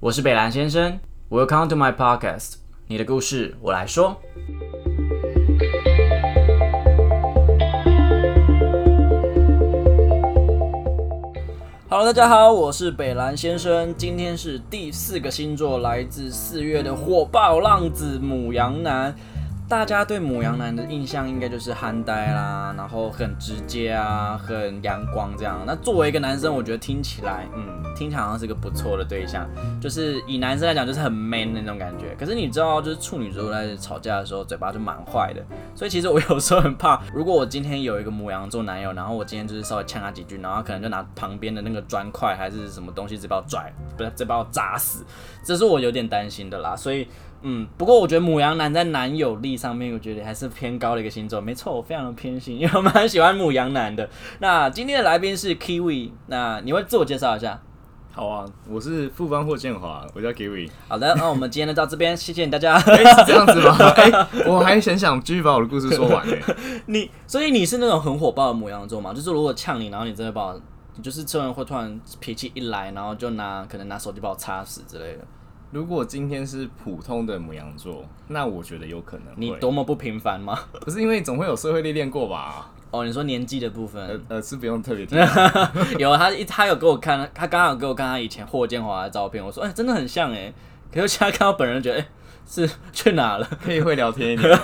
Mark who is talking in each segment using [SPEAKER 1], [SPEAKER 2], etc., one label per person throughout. [SPEAKER 1] 我是北兰先生，Welcome to my podcast，你的故事我来说。
[SPEAKER 2] Hello，大家好，我是北兰先生。今天是第四个星座，来自四月的火爆浪子母羊男。大家对母羊男的印象应该就是憨呆啦，然后很直接啊，很阳光这样。那作为一个男生，我觉得听起来，嗯，听起来好像是个不错的对象，就是以男生来讲就是很 man 的那种感觉。可是你知道，就是处女座在吵架的时候，嘴巴就蛮坏的。所以其实我有时候很怕，如果我今天有一个母羊座男友，然后我今天就是稍微呛他几句，然后他可能就拿旁边的那个砖块还是什么东西，直接把我拽，不是，直接把我砸死，这是我有点担心的啦。所以，嗯，不过我觉得母羊男在男友力上面，我觉得还是偏高的一个星座。没错，我非常的偏心，因为我蛮喜欢母羊男的。那今天的来宾是 Kiwi，那你会自我介绍一下？
[SPEAKER 3] 好啊，我是富邦霍建华，我叫 Kiwi，
[SPEAKER 2] 好的，那我们今天就到这边，谢谢大家。
[SPEAKER 3] 是这样子 吗？ 哎、我还很想继续把我的故事说完 呢、欸
[SPEAKER 2] 你所以你是那种很火爆的母羊座嘛？就是如果呛你，然后你真的把我，你就是突然会突然脾气一来，然后就拿可能拿手机把我插死之类的。
[SPEAKER 3] 如果今天是普通的母羊座，那我觉得有可能会
[SPEAKER 2] 你多么不平凡吗？
[SPEAKER 3] 不是因为总会有社会历练过吧？
[SPEAKER 2] 哦，你说年纪的部
[SPEAKER 3] 呃
[SPEAKER 2] 分，
[SPEAKER 3] 呃，是不用特别提。
[SPEAKER 2] 呃有他一他有给我看，他刚刚有给我看他以前霍建华的照片，我说哎、真的很像哎，可是现在看到本人觉得哎、是 去哪了？
[SPEAKER 3] 可以会聊天一 点，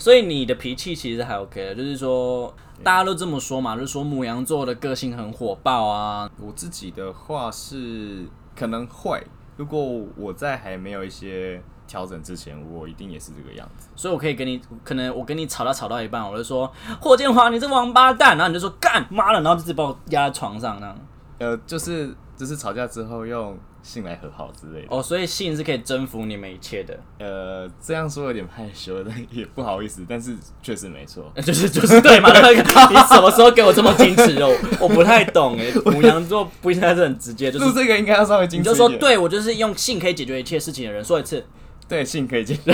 [SPEAKER 2] 所以你的脾气其实还 OK 的，就是说大家都这么说嘛，就是说母羊座的个性很火爆啊，
[SPEAKER 3] 我自己的话是可能会，如果我在还没有一些调整之前，我一定也是这个样子。
[SPEAKER 2] 所以我可以跟你，可能我跟你吵到吵到一半，我就说霍建华，你这王八蛋，然啊后你就说干妈了，然后就直接把我压在床上那样。
[SPEAKER 3] 呃，就是就是吵架之后用性来和好之类的。
[SPEAKER 2] 哦，所以性是可以征服你们一切的，
[SPEAKER 3] 呃，这样说有点害羞，但也不好意思，但是确实没错。
[SPEAKER 2] 就是就是对嘛？那个你什么时候给我这么矜持哦？ 我不太懂哎，母羊座不应该是很直接，就
[SPEAKER 3] 录
[SPEAKER 2] 是
[SPEAKER 3] 这个应该要稍微矜持
[SPEAKER 2] 你
[SPEAKER 3] 一
[SPEAKER 2] 就
[SPEAKER 3] 点。
[SPEAKER 2] 说对我就是用性可以解决一切事情的人，说一次，
[SPEAKER 3] 对，性可以 接受，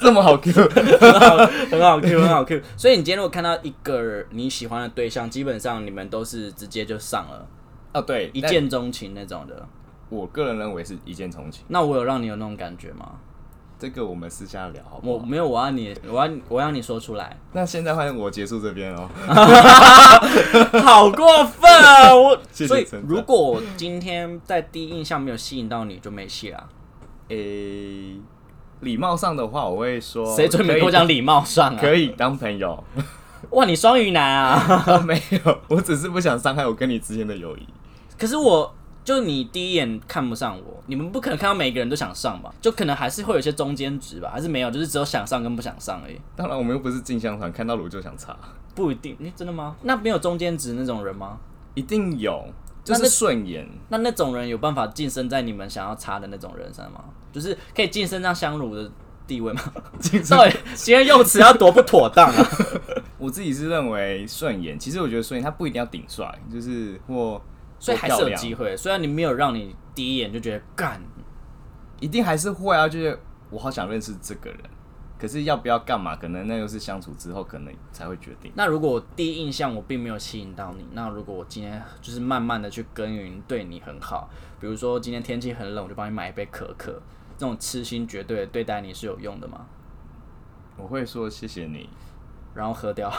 [SPEAKER 3] 这么好 Q，
[SPEAKER 2] 很好很好 Q 很好 Q。所以你今天如果看到一个你喜欢的对象，基本上你们都是直接就上了，
[SPEAKER 3] 哦，对，
[SPEAKER 2] 一
[SPEAKER 3] 但
[SPEAKER 2] 见钟情那种的。
[SPEAKER 3] 我个人认为是一见钟情，
[SPEAKER 2] 那我有让你有那种感觉吗？
[SPEAKER 3] 这个我们私下聊好不
[SPEAKER 2] 我
[SPEAKER 3] 好？
[SPEAKER 2] 没有，我要你，我要我要你说出 来，
[SPEAKER 3] 那现在换我结束这边哦，
[SPEAKER 2] 好过分啊！我
[SPEAKER 3] 谢谢
[SPEAKER 2] 所以
[SPEAKER 3] 称赞
[SPEAKER 2] 如果我今天在第一印象没有吸引啊到你，就没戏啦。
[SPEAKER 3] 诶、礼貌上的话，我会说，
[SPEAKER 2] 谁准备跟我讲礼貌上啊？
[SPEAKER 3] 哦可以当朋友？
[SPEAKER 2] 哇，你双鱼男 啊！
[SPEAKER 3] 啊没有，我只是不想伤害我跟你之间的友谊。
[SPEAKER 2] 可是我就你第一眼看不上我，你们不可能看到每个人都想上吧？就可能还是会有一些中间值吧，还是没有，就是只有想上跟不想上而已。
[SPEAKER 3] 当然，我们又不是镜像团，看到卤就想擦，
[SPEAKER 2] 不一定，你真的吗？那没有中间值那种人吗？
[SPEAKER 3] 一定有，就
[SPEAKER 2] 那
[SPEAKER 3] 是
[SPEAKER 2] 这
[SPEAKER 3] 顺眼。
[SPEAKER 2] 那那种人有办法晋升在你们想要插的那种人上吗？就是可以晋升上香炉的地位吗？到底 今天用词要多不妥当啊！
[SPEAKER 3] 我自己是认为顺眼，其实我觉得顺眼他不一定要顶帅，就是或
[SPEAKER 2] 所以还是
[SPEAKER 3] 或漂
[SPEAKER 2] 有
[SPEAKER 3] 亮
[SPEAKER 2] 机会，虽然你没有让你第一眼就觉得干，
[SPEAKER 3] 一定还是会啊，就是我好想认识这个人，可是要不要干嘛，可能那又是相处之后可能才会决定。
[SPEAKER 2] 那如果我第一印象我并没有吸引到你，那如果我今天就是慢慢的去耕耘，对你很好，比如说今天天气很冷，我就帮你买一杯可可，这种痴心绝对的对待你是有用的吗？
[SPEAKER 3] 我会说谢谢你，
[SPEAKER 2] 然后喝掉，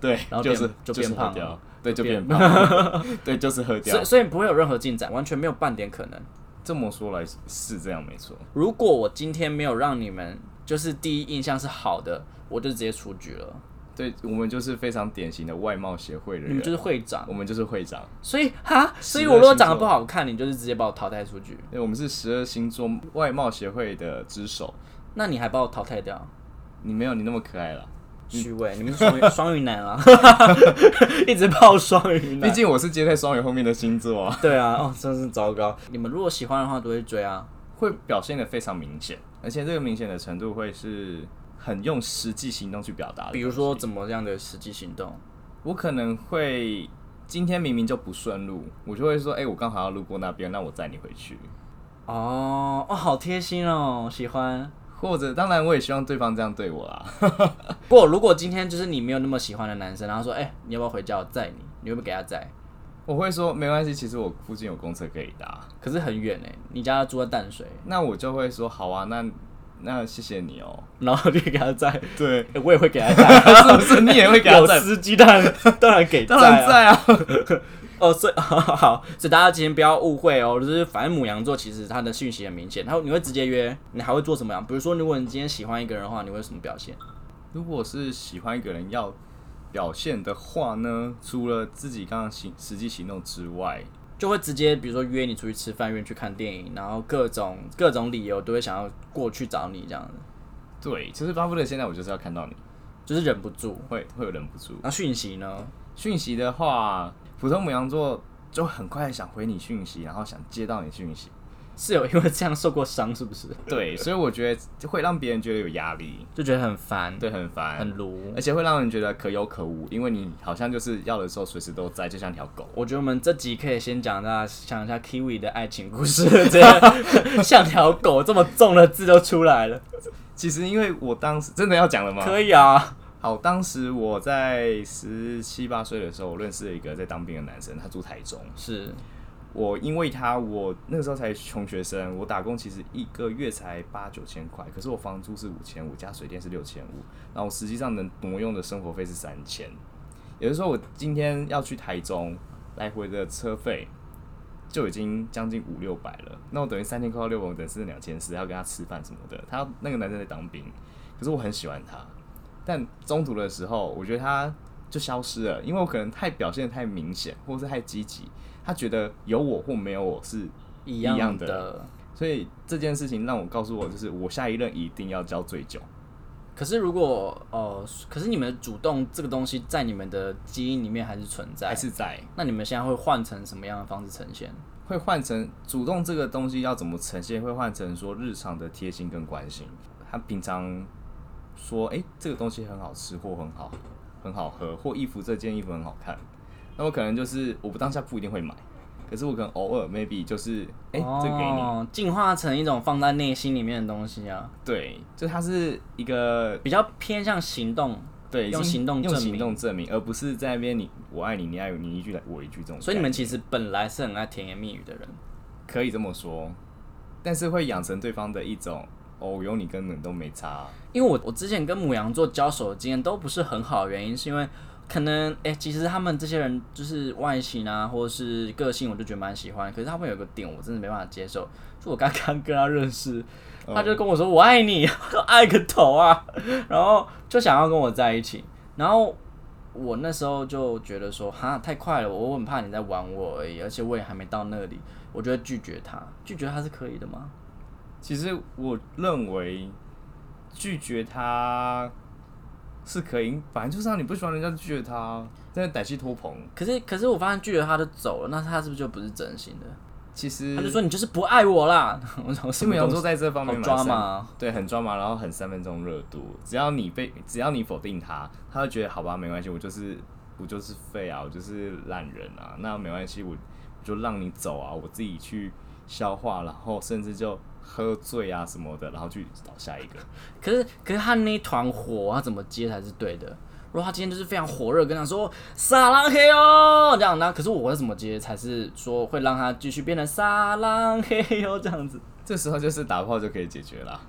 [SPEAKER 3] 对，
[SPEAKER 2] 然后变
[SPEAKER 3] 就是
[SPEAKER 2] 就变
[SPEAKER 3] 是喝
[SPEAKER 2] 胖了
[SPEAKER 3] 掉，对，就
[SPEAKER 2] 变
[SPEAKER 3] 变胖，对，啊就是喝
[SPEAKER 2] 所
[SPEAKER 3] 掉
[SPEAKER 2] 以。所以不会有任何进展，完全没有半点可能。
[SPEAKER 3] 这么说来是这样没错，
[SPEAKER 2] 如果我今天没有让你们就是第一印象是好的，我就直接出局了。
[SPEAKER 3] 对我们就是非常典型的外貌协会的
[SPEAKER 2] 你们就是
[SPEAKER 3] 人，
[SPEAKER 2] 会长，
[SPEAKER 3] 我们就是会长，
[SPEAKER 2] 所以哈，所以
[SPEAKER 3] 十
[SPEAKER 2] 我
[SPEAKER 3] 二
[SPEAKER 2] 如果
[SPEAKER 3] 星座
[SPEAKER 2] 长得不好看，你就是直接把我淘汰出局。
[SPEAKER 3] 对，我们是十二星座外貌协会的之首。
[SPEAKER 2] 那你还把我淘汰掉，
[SPEAKER 3] 你没有你那么可爱了，
[SPEAKER 2] 虚伪！你们是 双鱼双鱼男啊，一直泡双鱼
[SPEAKER 3] 毕
[SPEAKER 2] 男。
[SPEAKER 3] 竟我是接在双鱼后面的星座啊，
[SPEAKER 2] 对啊，哦，真是糟糕。你们如果喜欢的话，都会追啊。
[SPEAKER 3] 会表现的非常明显，而且这个明显的程度会是很用实际行动去表达的东西。
[SPEAKER 2] 比如说怎么样的实际行动？
[SPEAKER 3] 我可能会今天明明就不顺路，我就会说，哎、我刚好要路过那边，那我载你回去。
[SPEAKER 2] 哦哦，好贴心哦，喜 欢。
[SPEAKER 3] 或者，当然我也希望对方这样对我啦。
[SPEAKER 2] 不，如果今天就是你没有那么喜欢的男生，然后说，哎、你要不要回家？我载你，你会不会给他载？
[SPEAKER 3] 我会说没关系，其实我附近有公车可以搭，
[SPEAKER 2] 可是很远哎、你家住在淡水，
[SPEAKER 3] 那我就会说好啊，那那谢谢你哦。
[SPEAKER 2] 然后就给他载，
[SPEAKER 3] 对，
[SPEAKER 2] 欸我也会 给他载，
[SPEAKER 3] 是不是你也会给他
[SPEAKER 2] 有
[SPEAKER 3] 载？
[SPEAKER 2] 司机当然当然给载、
[SPEAKER 3] 当
[SPEAKER 2] 啊，
[SPEAKER 3] 然在啊，
[SPEAKER 2] 哦，所以 好，所以大家今天不要误会哦，就是反正母羊座其实它的讯息很明显，然后你会直接约，你还会做什么呀？啊比如说，如果你今天喜欢一个人的话，你会有什么表现？
[SPEAKER 3] 如果是喜欢一个人要表现的话呢，除了自己刚刚行实际行动之外，
[SPEAKER 2] 就会直接比如说约你出去吃饭，约你去看电影，然后各种各种理由都会想要过去找你这样子，
[SPEAKER 3] 对，其实巴不得现在我就是要看到你，
[SPEAKER 2] 就是忍不住。
[SPEAKER 3] 会会忍不住。
[SPEAKER 2] 那讯息呢？
[SPEAKER 3] 讯息的话，普通母羊座就很快想回你讯息，然后想接到你讯息，
[SPEAKER 2] 是有因为这样受过伤是不是？
[SPEAKER 3] 对，所以我觉得会让别人觉得有压力，
[SPEAKER 2] 就觉得很烦，
[SPEAKER 3] 对，很烦
[SPEAKER 2] 很，撸
[SPEAKER 3] 而。且会让人觉得可有可无，因为你好像就是要的时候随时都在，就像条狗。
[SPEAKER 2] 我觉得我们这集可以先讲大家想一下 Kiwi 的爱情故事，这样 像条狗这么重的字都出来了，
[SPEAKER 3] 其实因为我当时真的要讲了吗？
[SPEAKER 2] 可以啊。
[SPEAKER 3] 好，当时我在十七八岁的时候，我认识了一个在当兵的男生，他住台中。
[SPEAKER 2] 是，
[SPEAKER 3] 我因为他，我那个时候才穷学生，我打工其实一个月才八九千块，可是我房租是五千五，加水电是六千五，然后我实际上能挪用的生活费是三千，也就是说我今天要去台中来回的车费就已经将近五六百了，那我等于三千块到六百，我等于是两千四，还要跟他吃饭什么的。他那个男生在当兵，可是我很喜欢他，但中途的时候，我觉得他就消失了，因为我可能太表现的太明显，或是太积极，他觉得有我或没有我是，
[SPEAKER 2] 一
[SPEAKER 3] 样的
[SPEAKER 2] 样的。
[SPEAKER 3] 所以这件事情让我告诉我，就是我下一任一定要交最久。
[SPEAKER 2] 可是如果哦、可是你们主动这个东西在你们的基因里面还是存在，
[SPEAKER 3] 还是在
[SPEAKER 2] 那你们现在会换成什么样的方式呈现？
[SPEAKER 3] 会换成主动这个东西要怎么呈现，会换成说日常的贴心跟关心。他平常说，哎、这个东西很好吃，或很好很好喝，或衣服这件衣服很好看，那我可能就是我不当下不一定会买，可是我可能偶尔 maybe 就是，哎、这个给你。
[SPEAKER 2] 哦，进化成一种放在内心里面的东西啊，
[SPEAKER 3] 对，就它是一个
[SPEAKER 2] 比较偏向行动。
[SPEAKER 3] 对
[SPEAKER 2] 用
[SPEAKER 3] 已经
[SPEAKER 2] 行动
[SPEAKER 3] 用
[SPEAKER 2] 证
[SPEAKER 3] 行
[SPEAKER 2] 明
[SPEAKER 3] 动证明，而不是在那边你我爱你，你爱我，你一句我一句这种概念。
[SPEAKER 2] 所以你们其实本来是很爱甜言蜜语的人，
[SPEAKER 3] 可以这么说，但是会养成对方的一种哦，有你跟人都没差。
[SPEAKER 2] 因为我我之前跟母羊座交手的经验都不是很好，的原因是因为可能哎、诶其实他们这些人就是外形啊，或者是个性，我就觉得蛮喜欢。可是他们有个点我真的没办法接受，就我刚刚跟他认识，他就跟我说我爱你， 爱个头啊，然后就想要跟我在一起，然后。我那时候就觉得说，哈，太快了，我我很怕你在玩我而已，而且我也还没到那里，我就会拒绝他。拒绝他是可以的吗？
[SPEAKER 3] 其实我认为拒绝他是可以，反正就是让你不喜欢人家就拒绝他，但是歹戏拖棚。
[SPEAKER 2] 可是可是我发现拒绝他就走了，那他是不是就不是真心的？
[SPEAKER 3] 其实
[SPEAKER 2] 他就说你就是不爱我啦。 我想什
[SPEAKER 3] 金
[SPEAKER 2] 么
[SPEAKER 3] 牛
[SPEAKER 2] 东西
[SPEAKER 3] 座？在这方面蛮
[SPEAKER 2] 好抓
[SPEAKER 3] 三
[SPEAKER 2] 嘛，
[SPEAKER 3] 对，很抓马，然后很三分钟热度。只要你被，只要你否定他，他就觉得好吧，没关系，我就是我就是废啊，我就是烂人啊，那没关系，我我就让你走啊，我自己去消化，然后甚至就喝醉啊什么的，然后去找下一个。
[SPEAKER 2] 可是可是他那一团火，啊他怎么接才是对的？如果他今天就是非常火热，跟他说“撒浪嘿哟”这样，那可是我要怎么接才是说会让他继续变成“撒浪嘿哟”这样子？
[SPEAKER 3] 这时候就是打炮就可以解决啦。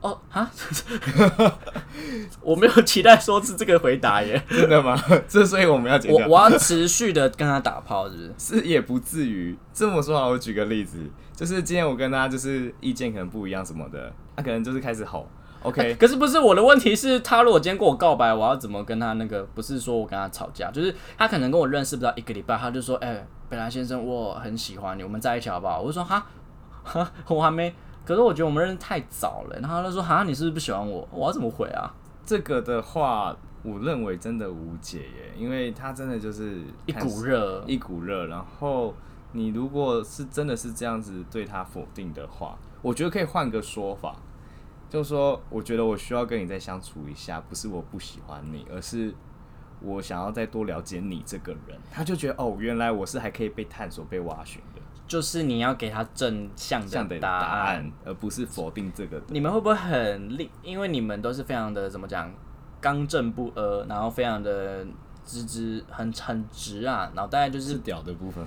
[SPEAKER 2] 哦哈， 我没有期待说是这个回答 耶，
[SPEAKER 3] 真的吗？ 这所以我们要解
[SPEAKER 2] 我
[SPEAKER 3] 决。
[SPEAKER 2] 我 要持续的跟他打炮，是不是？
[SPEAKER 3] 是也不至于这么说好。我举个例子，就是今天我跟他就是意见可能不一样什么的，他、可能就是开始吼，OK，
[SPEAKER 2] 呃可是不是我的问题是，他如果今天跟我告白，我要怎么跟他那个？不是说我跟他吵架，就是他可能跟我认识不到一个礼拜，他就说：“哎、北兰先生，我很喜欢你，我们在一起好不好？”我就说：“哈， 哈，我还没。”可是我觉得我们认识太早了。然后他就说：“哈，你是不是不喜欢我？我要怎么回啊？
[SPEAKER 3] 这个的话，我认为真的无解耶，因为它真的就是
[SPEAKER 2] 一股热，
[SPEAKER 3] 一股热。然后你如果是真的是这样子对他否定的话，我觉得可以换个说法，就说我觉得我需要跟你再相处一下，不是我不喜欢你，而是我想要再多了解你这个人。他就觉得哦，原来我是还可以被探索、被挖寻的
[SPEAKER 2] 就是你要给他正向
[SPEAKER 3] 这样
[SPEAKER 2] 的
[SPEAKER 3] 的
[SPEAKER 2] 答
[SPEAKER 3] 答
[SPEAKER 2] 案。
[SPEAKER 3] 案，而不是否定这个的。
[SPEAKER 2] 你们会不会很厉？因为你们都是非常的怎么讲，刚正不阿，然后非常的直直很很直啊，然后大概就是
[SPEAKER 3] 是屌的部分，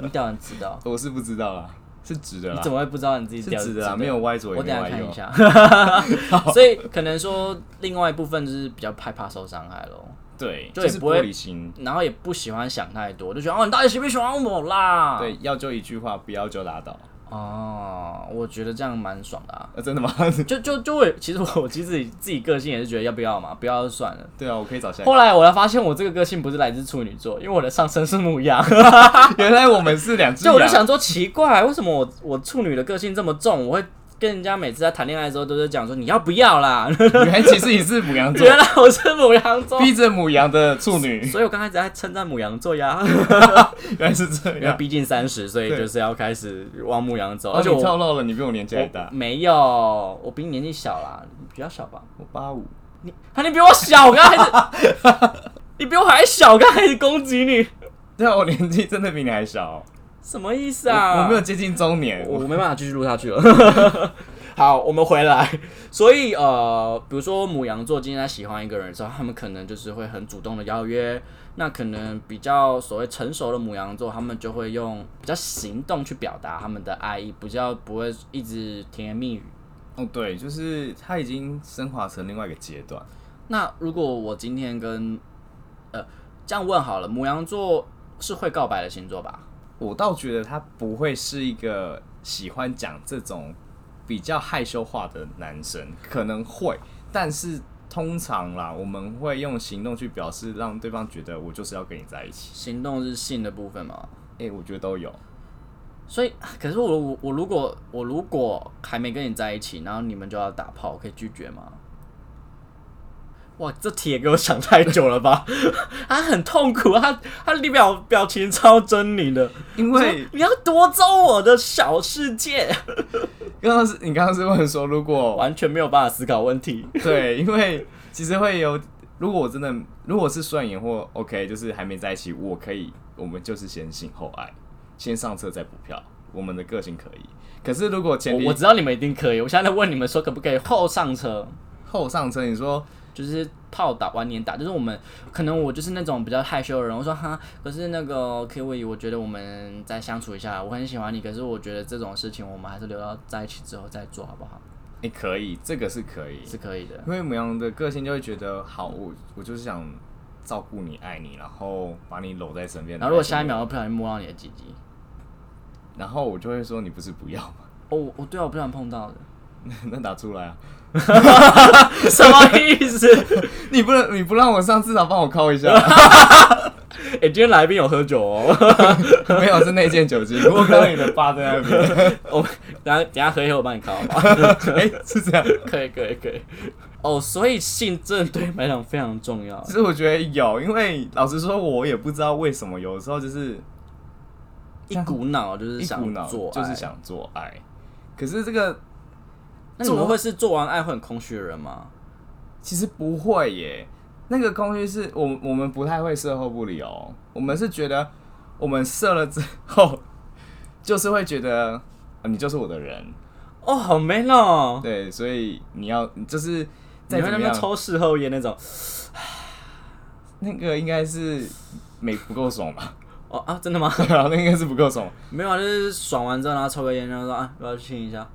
[SPEAKER 2] 你屌很直的哦、
[SPEAKER 3] 我是不知道啦，是直的
[SPEAKER 2] 你
[SPEAKER 3] 啦
[SPEAKER 2] 怎，么会不知道你自己
[SPEAKER 3] 是
[SPEAKER 2] 屌
[SPEAKER 3] 直
[SPEAKER 2] 直
[SPEAKER 3] 的啦，没有歪左也
[SPEAKER 2] 我
[SPEAKER 3] 没
[SPEAKER 2] 等
[SPEAKER 3] 有
[SPEAKER 2] 一下
[SPEAKER 3] 歪
[SPEAKER 2] 看
[SPEAKER 3] 右
[SPEAKER 2] 一。下， 所以可能说另外一部分就是比较害怕受伤害咯，
[SPEAKER 3] 对，
[SPEAKER 2] 就
[SPEAKER 3] 就
[SPEAKER 2] 也
[SPEAKER 3] 是
[SPEAKER 2] 不会
[SPEAKER 3] 玻璃心。
[SPEAKER 2] 然后也不喜欢想太多，就觉得哦，你到底喜不喜欢我啦？
[SPEAKER 3] 对，要就一句话，不要就拉倒。
[SPEAKER 2] 哦，我觉得这样蛮爽的啊。
[SPEAKER 3] 啊，真的吗？
[SPEAKER 2] 就就就我其实我其实自己自己个性也是觉得要不要嘛，不要就算了。
[SPEAKER 3] 对啊，我可以找下一个。
[SPEAKER 2] 后来我才发现我这个个性不是来自处女座，因为我的上身是母羊，
[SPEAKER 3] 原来我们是两只
[SPEAKER 2] 就我就
[SPEAKER 3] 羊
[SPEAKER 2] 想说奇怪，为什么我我处女的个性这么重？我会跟人家每次在谈恋爱的时候都是讲说你要不要啦，
[SPEAKER 3] 原来其实你是母羊 座，
[SPEAKER 2] 原来我是母羊座，
[SPEAKER 3] 逼着母羊的 处女，
[SPEAKER 2] 所以我刚开始在称赞母 羊座呀，
[SPEAKER 3] 原来是这
[SPEAKER 2] 因为
[SPEAKER 3] 样。
[SPEAKER 2] 逼近三十，所以
[SPEAKER 3] 对
[SPEAKER 2] 就是要开始往母羊走，
[SPEAKER 3] 而
[SPEAKER 2] 而
[SPEAKER 3] 且
[SPEAKER 2] 且
[SPEAKER 3] 哦你
[SPEAKER 2] 我
[SPEAKER 3] 透露了，你比我年纪还
[SPEAKER 2] 我
[SPEAKER 3] 大，
[SPEAKER 2] 没有，我比你年纪小啦，你比较小吧？
[SPEAKER 3] 我八五。
[SPEAKER 2] 你啊，你比我小，我刚开始， 你比我还小，我刚开始攻击你，
[SPEAKER 3] 对啊，我年纪真的比你还小，
[SPEAKER 2] 什么意思
[SPEAKER 3] 我
[SPEAKER 2] 啊？
[SPEAKER 3] 我没有接近中年。
[SPEAKER 2] 我
[SPEAKER 3] 我
[SPEAKER 2] 没办法继续录下去了。好，我们回来。所以呃，比如说母羊座今天在喜欢一个人的时候，他们可能就是会很主动的邀约。那可能比较所谓成熟的母羊座，他们就会用比较行动去表达他们的爱意，比较不会一直甜言蜜语。
[SPEAKER 3] 哦，对，就是他已经升华成另外一个阶段。
[SPEAKER 2] 那如果我今天跟呃这样问好了，母羊座是会告白的星座吧？
[SPEAKER 3] 我倒觉得他不会是一个喜欢讲这种比较害羞话的男生，可能会，但是通常啦，我们会用行动去表示，让对方觉得我就是要跟你在一起。
[SPEAKER 2] 行动是性的部分吗？
[SPEAKER 3] 哎、我觉得都有。
[SPEAKER 2] 所以， 可是我我我如果我如果还没跟你在一起，然后你们就要打炮，我可以拒绝吗？哇，这题也给我想太久了吧？ 他很痛苦，他他里表表情超狰狞的，
[SPEAKER 3] 因
[SPEAKER 2] 对，你要夺走我的小世界，
[SPEAKER 3] 刚刚是你刚刚是问说，如 果
[SPEAKER 2] 完全没有办法思考问题。
[SPEAKER 3] 对，因为其实会有，如果我真的如果是顺眼或 OK，就是还没在一起，我可以，我们就是先性后爱，先上车再补票，我们的个性可以。可是如果前提
[SPEAKER 2] 我我知道你们一定可以，我现在在问你们说可不可以后上车，
[SPEAKER 3] 后上车，你说
[SPEAKER 2] 就是炮打晚点打，就是我们可能我就是那种比较害羞的人，我说哈，可是那个 K V，我觉得我们再相处一下，我很喜欢你，可是我觉得这种事情我们还是留到在一起之后再做好不好？
[SPEAKER 3] 你、欸可以，这个是可以，
[SPEAKER 2] 是可以的。
[SPEAKER 3] 因为母羊的个性就会觉得，好，我我就是想照顾你、爱你，然后把你搂在身边。
[SPEAKER 2] 然后如果下一，秒我不小心摸到你的鸡鸡，
[SPEAKER 3] 然后我就会说你不是不 要吗？
[SPEAKER 2] 哦，我我对啊我不小心碰到的，
[SPEAKER 3] 那打出来啊！
[SPEAKER 2] 什么意思？
[SPEAKER 3] 你不能，你不让我上，至少帮我敲一 下。
[SPEAKER 2] 哎、今天来宾有喝酒哦，
[SPEAKER 3] 没有，是内建酒精。我看到你的疤在那 边，
[SPEAKER 2] 我等下等下喝一喝我帮你烤好不 好？
[SPEAKER 3] 哎、是 这样。
[SPEAKER 2] 可以可以可以。哦，所以性真的对你们来讲非常重要
[SPEAKER 3] 其。实我觉得有，因为老实说，我也不知道为什么，有时候就是
[SPEAKER 2] 一股脑就是
[SPEAKER 3] 一
[SPEAKER 2] 想
[SPEAKER 3] 股脑
[SPEAKER 2] 做，
[SPEAKER 3] 就是。想做爱。可是这个
[SPEAKER 2] 那你们会是做完爱会很空虚的人吗？
[SPEAKER 3] 其实不会耶，那个空虚是我我们不太会事后不理哦，我们是觉得我们射了之后，就是会觉得、啊你就是我的人，
[SPEAKER 2] 哦，好 man 哦！
[SPEAKER 3] 对，所以你要就是
[SPEAKER 2] 你
[SPEAKER 3] 在
[SPEAKER 2] 会在那边抽事后烟那种。
[SPEAKER 3] 那个应该是没不够爽吧？
[SPEAKER 2] 哦啊，真的吗？
[SPEAKER 3] 对啊，那应该是不够爽，
[SPEAKER 2] 没有啊，就是爽完之后，然后抽个烟，然后说啊，我要去亲一下。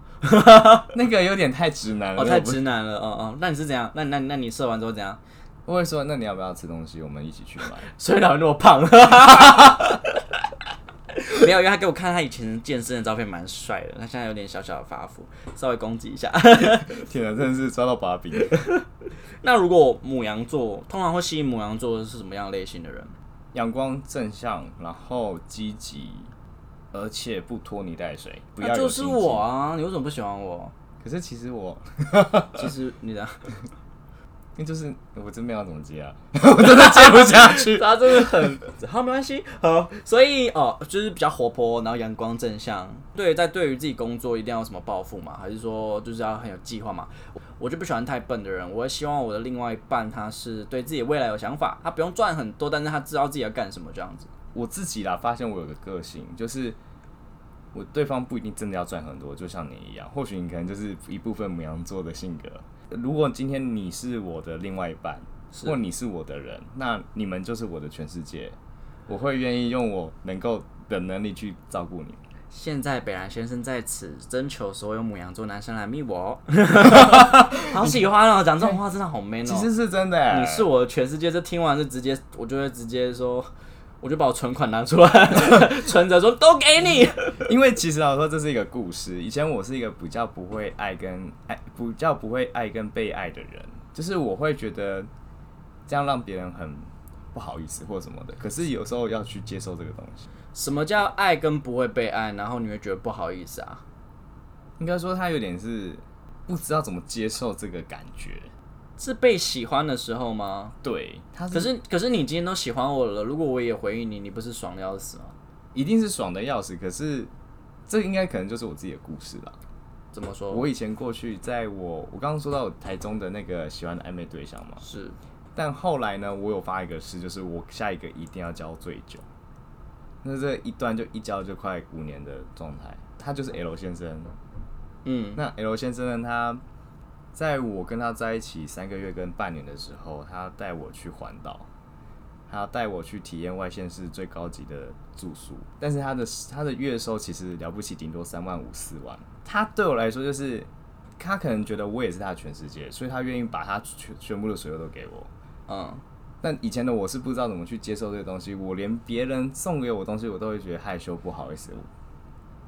[SPEAKER 3] 那个有点太直男了，
[SPEAKER 2] 哦，太
[SPEAKER 3] 我不
[SPEAKER 2] 直男了。哦 哦，那你是怎样？那那那你射完之后怎 样？
[SPEAKER 3] 我会说，那你要不要吃东西？我们一起去 买。
[SPEAKER 2] 所以老人那么胖。 没有，因为他给我看他以前健身的照片，蛮帅的。他现在有点小小的发福，稍微攻击一下。
[SPEAKER 3] 天哪，真的是抓到把柄。
[SPEAKER 2] 那如果母羊座，通常会吸引母羊座的是什么样类型的人？
[SPEAKER 3] 阳光正向，然后积极，而且不拖泥带水，不要
[SPEAKER 2] 那啊
[SPEAKER 3] 有
[SPEAKER 2] 就是
[SPEAKER 3] 心机
[SPEAKER 2] 我。啊！你为什么不喜欢我？
[SPEAKER 3] 可是其实我，
[SPEAKER 2] 其实你的。
[SPEAKER 3] 那就是我真没有怎么接啊， 我真的接不下去。
[SPEAKER 2] 他真的很好，没关系，好，所以哦，就是比较活泼，然后阳光正向。对，在对于自己工作一定要有什么抱负嘛，还是说就是要很有计划嘛？我就不喜欢太笨的人，我会希望我的另外一半他是对自己未来有想法，他不用赚很多，但是他知道自己要干什么这样子。
[SPEAKER 3] 我自己啦，发现我有个个性，就是我对方不一定真的要赚很多，就像你一样，或许你可能就是一部分母羊座的性格。如果今天你是我的另外一半，或你是我的人，那你们就是我的全世界，我会愿意用我能够的能力去照顾你。
[SPEAKER 1] 现在北兰先生在此征求所有母羊座男生来密我哦，好喜欢哦！讲这种话真的好 man 哦。
[SPEAKER 3] 其实是真的、欸，
[SPEAKER 2] 哎你是我的全世界，这听完就直接，我就会直接说，我就把我存款拿出来， 存着说都给你。
[SPEAKER 3] 因为其实老实说，这是一个故事。以前我是一个比较不会爱跟爱，比较不会爱跟被爱的人，就是我会觉得这样让别人很不好意思或什么的。可是有时候要去接受这个东西，
[SPEAKER 2] 什么叫爱跟不会被爱？然后你会觉得不好意思啊？
[SPEAKER 3] 应该说他有点是不知道怎么接受这个感觉。
[SPEAKER 2] 是被喜欢的时候吗？
[SPEAKER 3] 对，他
[SPEAKER 2] 可是可是你今天都喜欢我了，如果我也回应你，你不是爽的要死吗？
[SPEAKER 3] 一定是爽的要死。可是这应该可能就是我自己的故事了。
[SPEAKER 2] 怎么说？
[SPEAKER 3] 我以前过去，在我我刚刚说到我台中的那个喜欢的暧昧对象嘛，
[SPEAKER 2] 是
[SPEAKER 3] 但后来呢，我有发一个誓，就是我下一个一定要交最久。那这一段就一交就快五年的状态，他就是 L 先生。
[SPEAKER 2] 嗯，
[SPEAKER 3] 那 L 先生呢，他在我跟他在一起三个月跟半年的时候，他带我去环岛，他带我去体验外县市最高级的住宿，但是他的他的月收其实了不起，顶多三万五四万。他对我来说就是，他可能觉得我也是他的全世界，所以他愿意把他全全部的所有都给我。
[SPEAKER 2] 嗯，
[SPEAKER 3] 但以前的我是不知道怎么去接受这个东西，我连别人送给我东西，我都会觉得害羞不好意思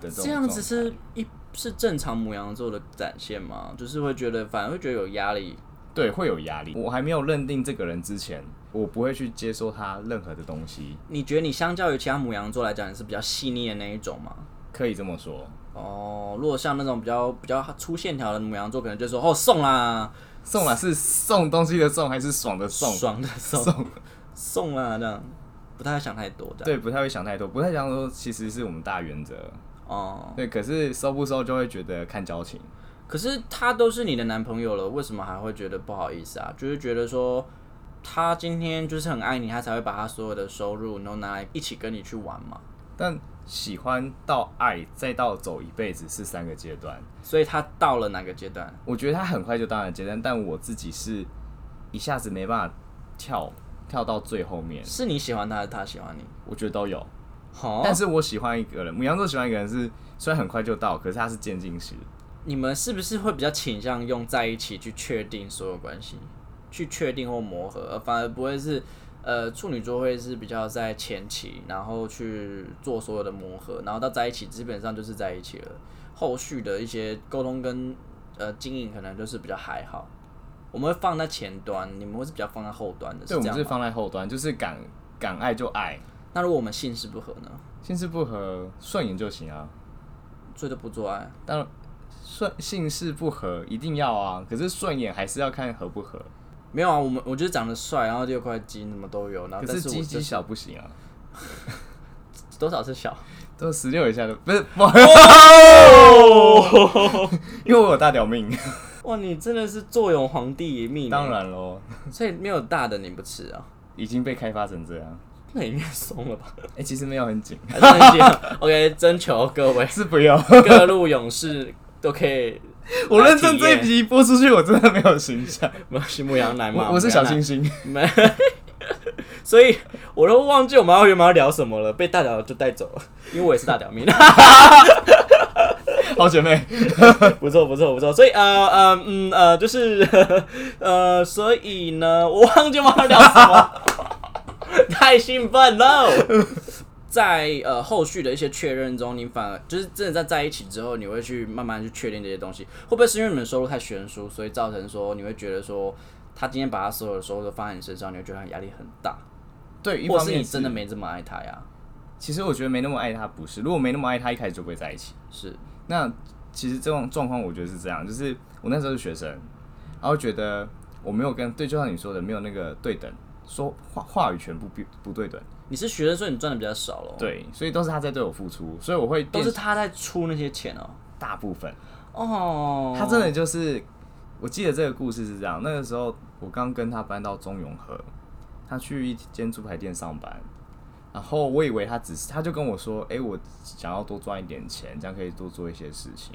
[SPEAKER 3] 的种
[SPEAKER 2] 这样子
[SPEAKER 3] 状态
[SPEAKER 2] 是一是正常母羊座的展现吗？就是会觉得反而会觉得有压力。
[SPEAKER 3] 对，会有压力。我还没有认定这个人之前，我不会去接受他任何的东西，
[SPEAKER 2] 你觉得你相较于其他母羊座来讲，你是比较细腻的那一种吗？
[SPEAKER 3] 可以这么说。
[SPEAKER 2] 哦，如果像那种比较比较粗线条的母羊座，可能就说哦送啦，
[SPEAKER 3] 送啦，是送东西的送，还是爽的呃送？
[SPEAKER 2] 爽的送
[SPEAKER 3] 送
[SPEAKER 2] 送啦这样，不太想太多这样。
[SPEAKER 3] 对，不太会想太多，不太想说，其实是我们大原则。
[SPEAKER 2] 哦，
[SPEAKER 3] 对，可是收不收就会觉得看交情。
[SPEAKER 2] 可是他都是你的男朋友了，为什么还会觉得不好意思啊？就是觉得说他今天就是很爱你，他才会把他所有的收入然后拿来一起跟你去玩嘛，
[SPEAKER 3] 但喜欢到爱，再到走一辈子是三个阶段。
[SPEAKER 2] 所以他到了哪个阶段？
[SPEAKER 3] 我觉得他很快就到了阶段，但我自己是一下子没办法跳跳到最后面，
[SPEAKER 2] 是你喜欢他，还是他喜欢你？哦
[SPEAKER 3] 我觉得都有。
[SPEAKER 2] 好、
[SPEAKER 3] 但是我喜欢一个人，母羊座喜欢一个人是虽然很快就到，可是他是渐进式。
[SPEAKER 2] 你们是不是会比较倾向用在一起去确定所有关系，去确定或磨合，而反而不会是呃处女座会是比较在前期，然后去做所有的磨合，然后到在一起基本上就是在一起了，后续的一些沟通跟呃经营可能就是比较还好。我们会放在前端，你们会是比较放在后端的，
[SPEAKER 3] 对，我
[SPEAKER 2] 这
[SPEAKER 3] 们
[SPEAKER 2] 样
[SPEAKER 3] 是
[SPEAKER 2] 吗？
[SPEAKER 3] 放在后端，就是敢敢爱就爱，
[SPEAKER 2] 那如果我们性事不合呢？
[SPEAKER 3] 性事不合顺眼就行啊。
[SPEAKER 2] 所以就不做爱。
[SPEAKER 3] 当然，顺性事不合一定要啊，可是顺眼还是要看合不合。
[SPEAKER 2] 没有啊，我们我就是长得帅，然后六块肌什么都有，然后
[SPEAKER 3] 可
[SPEAKER 2] 但
[SPEAKER 3] 啊
[SPEAKER 2] 是
[SPEAKER 3] 是鸡
[SPEAKER 2] 我
[SPEAKER 3] 鸡
[SPEAKER 2] 就
[SPEAKER 3] 小不行啊，
[SPEAKER 2] 多少是小。
[SPEAKER 3] 都十六以下的不是不， 因为我有大屌命，
[SPEAKER 2] 哇，你真的是坐拥皇帝一命，欸
[SPEAKER 3] 当，然喽，
[SPEAKER 2] 所以没有大的你不吃啊，
[SPEAKER 3] 已经被开发成这样。
[SPEAKER 2] 那也太松了吧？
[SPEAKER 3] 哎、其实没有很紧，
[SPEAKER 2] 还是很紧 OK，征求各位
[SPEAKER 3] 是不用。
[SPEAKER 2] 各路勇士都可以，
[SPEAKER 3] 我认真这一集播出去，我真的没有形 象。
[SPEAKER 2] 我是牧羊男嘛，
[SPEAKER 3] 我我是小
[SPEAKER 2] 青
[SPEAKER 3] 星，星，
[SPEAKER 2] 没， 所以我都忘记我们要原本要聊什么了，被大屌就带走了，因为我也是大屌命，
[SPEAKER 3] 好姐妹。
[SPEAKER 2] 不错不错不错，所以呃呃嗯呃就是呃，所以呢，我忘记我们要聊什么， 太兴奋了。在呃后续的一些确认中，你反而就是真的在在一起之后，你会去慢慢去确定这些东西，会不会是因为你们收入太悬殊，所以造成说你会觉得说他今天把他所有的收入都放在你身上，你会觉得他压力很大，
[SPEAKER 3] 对，一
[SPEAKER 2] 或
[SPEAKER 3] 方
[SPEAKER 2] 是
[SPEAKER 3] 面
[SPEAKER 2] 你真的。没这么爱他呀？
[SPEAKER 3] 其实我觉得没那么爱他不是，如果没那么爱他，一开始就不会在一起。
[SPEAKER 2] 是，
[SPEAKER 3] 那其实这种状况，我觉得是这样，就是我那时候是学生，然后觉得我没有跟对，就像你说的，没有那个对等，说话话语权不不不对等，
[SPEAKER 2] 你是学生，所以你赚的比较少咯。，
[SPEAKER 3] 对，所以都是他在对我付出，所以我会
[SPEAKER 2] 都
[SPEAKER 3] 变
[SPEAKER 2] 是他在出那些钱哦、
[SPEAKER 3] 大部分。
[SPEAKER 2] 哦，
[SPEAKER 3] 他真的就是，我记得这个故事是这样，那个时候我刚跟他搬到中永和，他去一间猪排店上班，然后我以为他只是，他就跟我说，哎、我想要多赚一点钱，这样可以多做一些事情。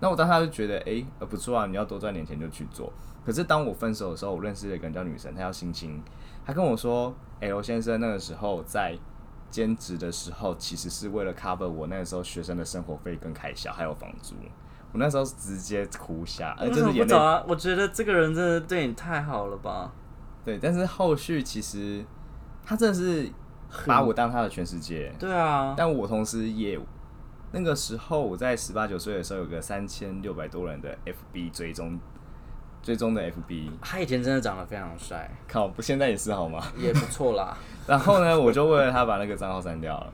[SPEAKER 3] 那我当时就觉得，哎、呃，不错啊，你要多赚点钱就去做。可是当我分手的时候，我认识了一个人叫女生，她叫星星，她跟我说，哎、罗先生那个时候在兼职的时候，其实是为了 cover 我那个时候学生的生活费跟开销，还有房租。我那时候直接哭瞎，呃，
[SPEAKER 2] 为
[SPEAKER 3] 就
[SPEAKER 2] 什么
[SPEAKER 3] 是
[SPEAKER 2] 不
[SPEAKER 3] 眼
[SPEAKER 2] 找
[SPEAKER 3] 泪。
[SPEAKER 2] 啊？我觉得这个人真的对你太好了吧？
[SPEAKER 3] 对，但是后续其实她真的是把我当她的全世界。
[SPEAKER 2] 对啊，
[SPEAKER 3] 但我同时也那个时候我在十八九岁的时候，有个三千六百多人的 FB 追踪追踪的 FB，
[SPEAKER 2] 他以前真的长得非常帅，
[SPEAKER 3] 靠，不现在也是好吗？
[SPEAKER 2] 也 不错啦。
[SPEAKER 3] 然后呢，我就为了他把那个账号删掉了。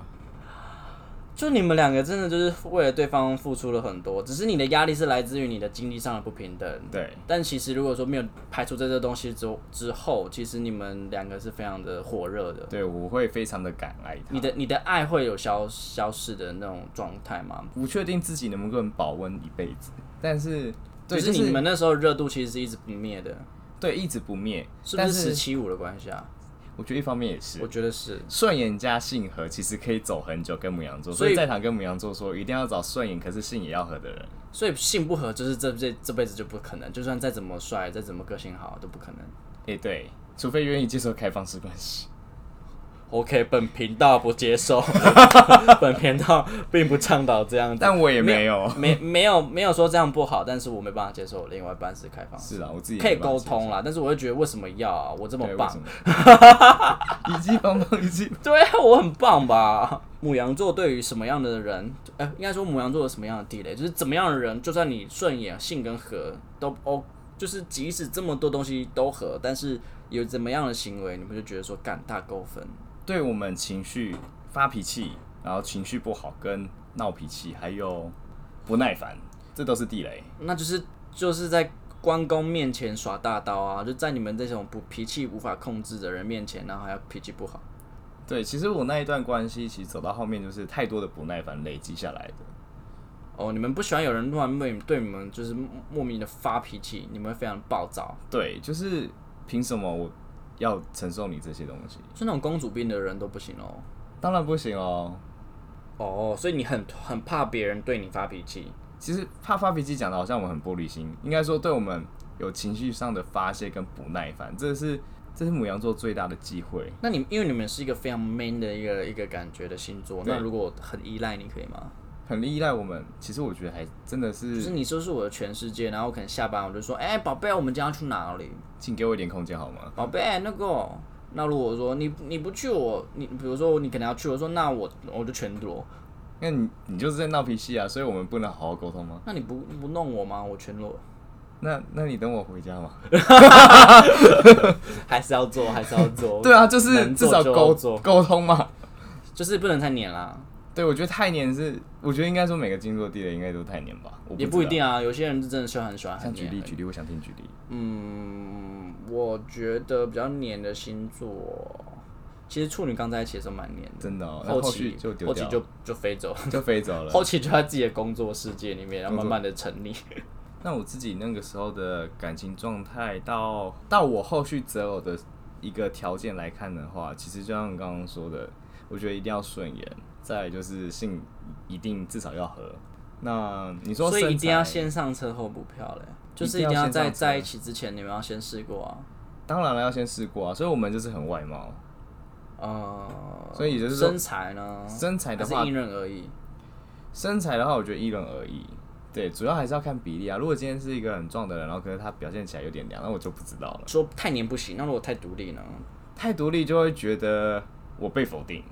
[SPEAKER 2] 就你们两个真的就是为了对方付出了很多，只是你的压力是来自于你的经济上的不平等。
[SPEAKER 3] 对，
[SPEAKER 2] 但其实如果说没有排除在这东西之后之后，其实你们两个是非常的火热的。
[SPEAKER 3] 对，我会非常的感爱他。
[SPEAKER 2] 你的你的爱会有消消逝的那种状态吗？
[SPEAKER 3] 不确定自己能不能保温一辈子，但是对，
[SPEAKER 2] 就是
[SPEAKER 3] 就
[SPEAKER 2] 你
[SPEAKER 3] 是
[SPEAKER 2] 们那时候热度其实是一直不灭的，
[SPEAKER 3] 对一直不灭，
[SPEAKER 2] 是不
[SPEAKER 3] 但
[SPEAKER 2] 是十
[SPEAKER 3] 是
[SPEAKER 2] 七五的关系啊？
[SPEAKER 3] 我觉得一方面也是
[SPEAKER 2] 我。觉得是。
[SPEAKER 3] 顺眼加性合其实可以走很久，跟母羊座，
[SPEAKER 2] 所
[SPEAKER 3] 所
[SPEAKER 2] 以
[SPEAKER 3] 以在场跟母羊座说，一定要找顺眼，可是性也要合的人。
[SPEAKER 2] 所以性不合就是这这这辈子就不可能，就算再怎么帅，再怎么个性好都不可能。
[SPEAKER 3] 诶，对，除非愿意接受开放式关系。
[SPEAKER 2] OK，本频道不接 受，本频道并不倡导这样子，
[SPEAKER 3] 但我也没有。
[SPEAKER 2] 没没有没有说这样不好，但是我没办法接受我另外一半是开放式，
[SPEAKER 3] 是啊，我自己
[SPEAKER 2] 可以
[SPEAKER 3] 没办法
[SPEAKER 2] 沟
[SPEAKER 3] 接
[SPEAKER 2] 通啦，但是我会觉得为什么要啊？我这
[SPEAKER 3] 受，
[SPEAKER 2] 么
[SPEAKER 3] 对
[SPEAKER 2] 棒，，
[SPEAKER 3] 为什么 一记棒棒一记棒。
[SPEAKER 2] 对啊，我很棒吧？母羊座对于什么样的人，哎、应该说母羊座有什么样的地雷，就是怎么样的人，就算你顺眼、性跟合都哦，就是即使这么多东西都合，但是有怎么样的行为，你们就觉得说干大扣分。
[SPEAKER 3] 对我们情绪发脾气，然后情绪不好跟闹脾气，还有不耐烦，这都是地雷。
[SPEAKER 2] 那就是就是在关公面前耍大刀啊，就在你们这种不脾气无法控制的人面前，然后还要脾气不好。
[SPEAKER 3] 对，其实我那一段关系，其实走到后面就是太多的不耐烦累积下来的。
[SPEAKER 2] 哦，你们不喜欢有人突然对你对你们就是莫名的发脾气，你们会非常暴躁，
[SPEAKER 3] 对，就是凭什么我要承受你这些东西？
[SPEAKER 2] 就那种公主病的人都不行哦。
[SPEAKER 3] 当然不行哦。
[SPEAKER 2] 哦，所以你很很怕别人对你发脾气，
[SPEAKER 3] 其实怕发脾气讲的好像我们很玻璃心，应该说对我们有情绪上的发泄跟不耐烦，这是这是母羊座最大的机会。
[SPEAKER 2] 那你因为你们是一个非常 man 的一个一个感觉的星座，
[SPEAKER 3] 对
[SPEAKER 2] 那如果我很依赖你可以吗？
[SPEAKER 3] 很依赖我们，其实我觉得还真的
[SPEAKER 2] 就是
[SPEAKER 3] 是，
[SPEAKER 2] 你就是我的全世界，然后我可能下班我就说，哎、宝贝，我们今天要去哪里？
[SPEAKER 3] 请给我一点空间好吗？
[SPEAKER 2] 宝贝，那个，那如果说你你不去我，你比如说你可能要去，我说那我我就全裸，
[SPEAKER 3] 那你你就是在闹脾气啊，所以我们不能好好沟通吗？
[SPEAKER 2] 那你不不弄我吗？我全裸，
[SPEAKER 3] 那那你等我回家嘛。
[SPEAKER 2] 还是要做，还是要做，
[SPEAKER 3] 对啊，就是
[SPEAKER 2] 能
[SPEAKER 3] 至
[SPEAKER 2] 做
[SPEAKER 3] 少
[SPEAKER 2] 就
[SPEAKER 3] 沟
[SPEAKER 2] 做
[SPEAKER 3] 沟通嘛。
[SPEAKER 2] 就是不能太黏啦，
[SPEAKER 3] 对，我觉得太黏是，我觉得应该说每个星座地雷应该都太黏吧，我
[SPEAKER 2] 也
[SPEAKER 3] 不
[SPEAKER 2] 不
[SPEAKER 3] 知
[SPEAKER 2] 一
[SPEAKER 3] 道。
[SPEAKER 2] 定啊，有些人是真的喜欢很喜欢很
[SPEAKER 3] 像举
[SPEAKER 2] 黏
[SPEAKER 3] 例举例，我想听举例。
[SPEAKER 2] 嗯，我觉得比较黏的星座，其实处女刚在一起的时候蛮黏的，
[SPEAKER 3] 真的哦，那
[SPEAKER 2] 后
[SPEAKER 3] 续
[SPEAKER 2] 期
[SPEAKER 3] 就丢
[SPEAKER 2] 后期
[SPEAKER 3] 掉，
[SPEAKER 2] 就就飞走，
[SPEAKER 3] 就飞走 了。
[SPEAKER 2] 后期就在自己的工作世界里面，然后慢慢的沉溺。
[SPEAKER 3] 那我自己那个时候的感情状态，到到我后续择偶的一个条件来看的话，其实就像你刚刚说的，我觉得一定要顺眼，再来就是性一定至少要合。那你说
[SPEAKER 2] 所
[SPEAKER 3] 身材，
[SPEAKER 2] 以一定要先上车后补票嘞，就是一定要
[SPEAKER 3] 一定
[SPEAKER 2] 在
[SPEAKER 3] 要先上车
[SPEAKER 2] 在一起之前你们要先试过啊。
[SPEAKER 3] 当然了，要先试过啊。所以我们就是很外貌，
[SPEAKER 2] 呃，
[SPEAKER 3] 所以也就是说
[SPEAKER 2] 身材呢，
[SPEAKER 3] 身材的
[SPEAKER 2] 还是
[SPEAKER 3] 话
[SPEAKER 2] 因人而异。
[SPEAKER 3] 身材的话，我觉得因人而异。对，主要还是要看比例啊。如果今天是一个很壮的人，然后可是他表现起来有点娘，那我就不知道了。
[SPEAKER 2] 说太黏不行，那如果太独立呢？
[SPEAKER 3] 太独立就会觉得我被否定。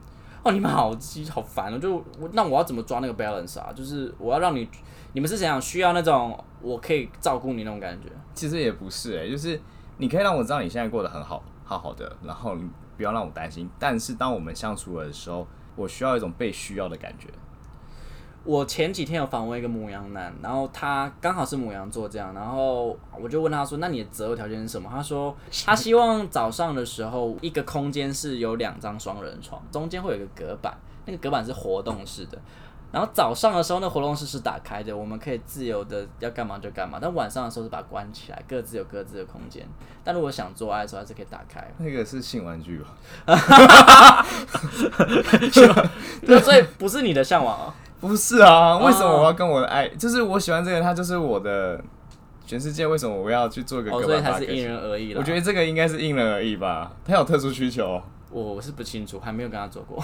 [SPEAKER 2] 哦，你们好鸡好烦哦！就我那我要怎么抓那个 balance 啊？就是我要让你，你们是怎样需要那种我可以照顾你那种感觉？
[SPEAKER 3] 其实也不是哎、就是你可以让我知道你现在过得很好，好好的，然后你不要让我担心。但是当我们相处的时候，我需要一种被需要的感觉。
[SPEAKER 2] 我前几天有访问一个母羊男，然后他刚好是母羊座这样，然后我就问他说：“那你的择偶条件是什么？”他说他希望早上的时候一个空间是有两张双人床，中间会有一个隔板，那个隔板是活动式的。然后早上的时候，那活动室是打开的，我们可以自由的要干嘛就干嘛。但晚上的时候是把它关起来，各自有各自的空间。但如果想做爱的时候，还是可以打开。
[SPEAKER 3] 那个是性玩具吧？
[SPEAKER 2] 对，所以不是你的向往啊、
[SPEAKER 3] 不是啊，为什么我要跟我的爱？就是我喜欢这个人，他就是我的全世界。为什么我要去做一个
[SPEAKER 2] 哦，
[SPEAKER 3] 哥
[SPEAKER 2] 所以
[SPEAKER 3] 本
[SPEAKER 2] 还
[SPEAKER 3] 哈
[SPEAKER 2] 是因
[SPEAKER 3] 根？
[SPEAKER 2] 人而异啦。
[SPEAKER 3] 我觉得这个应该是因人而异吧。他有特殊需求，啊
[SPEAKER 2] 我我是不清楚，还没有跟他做过。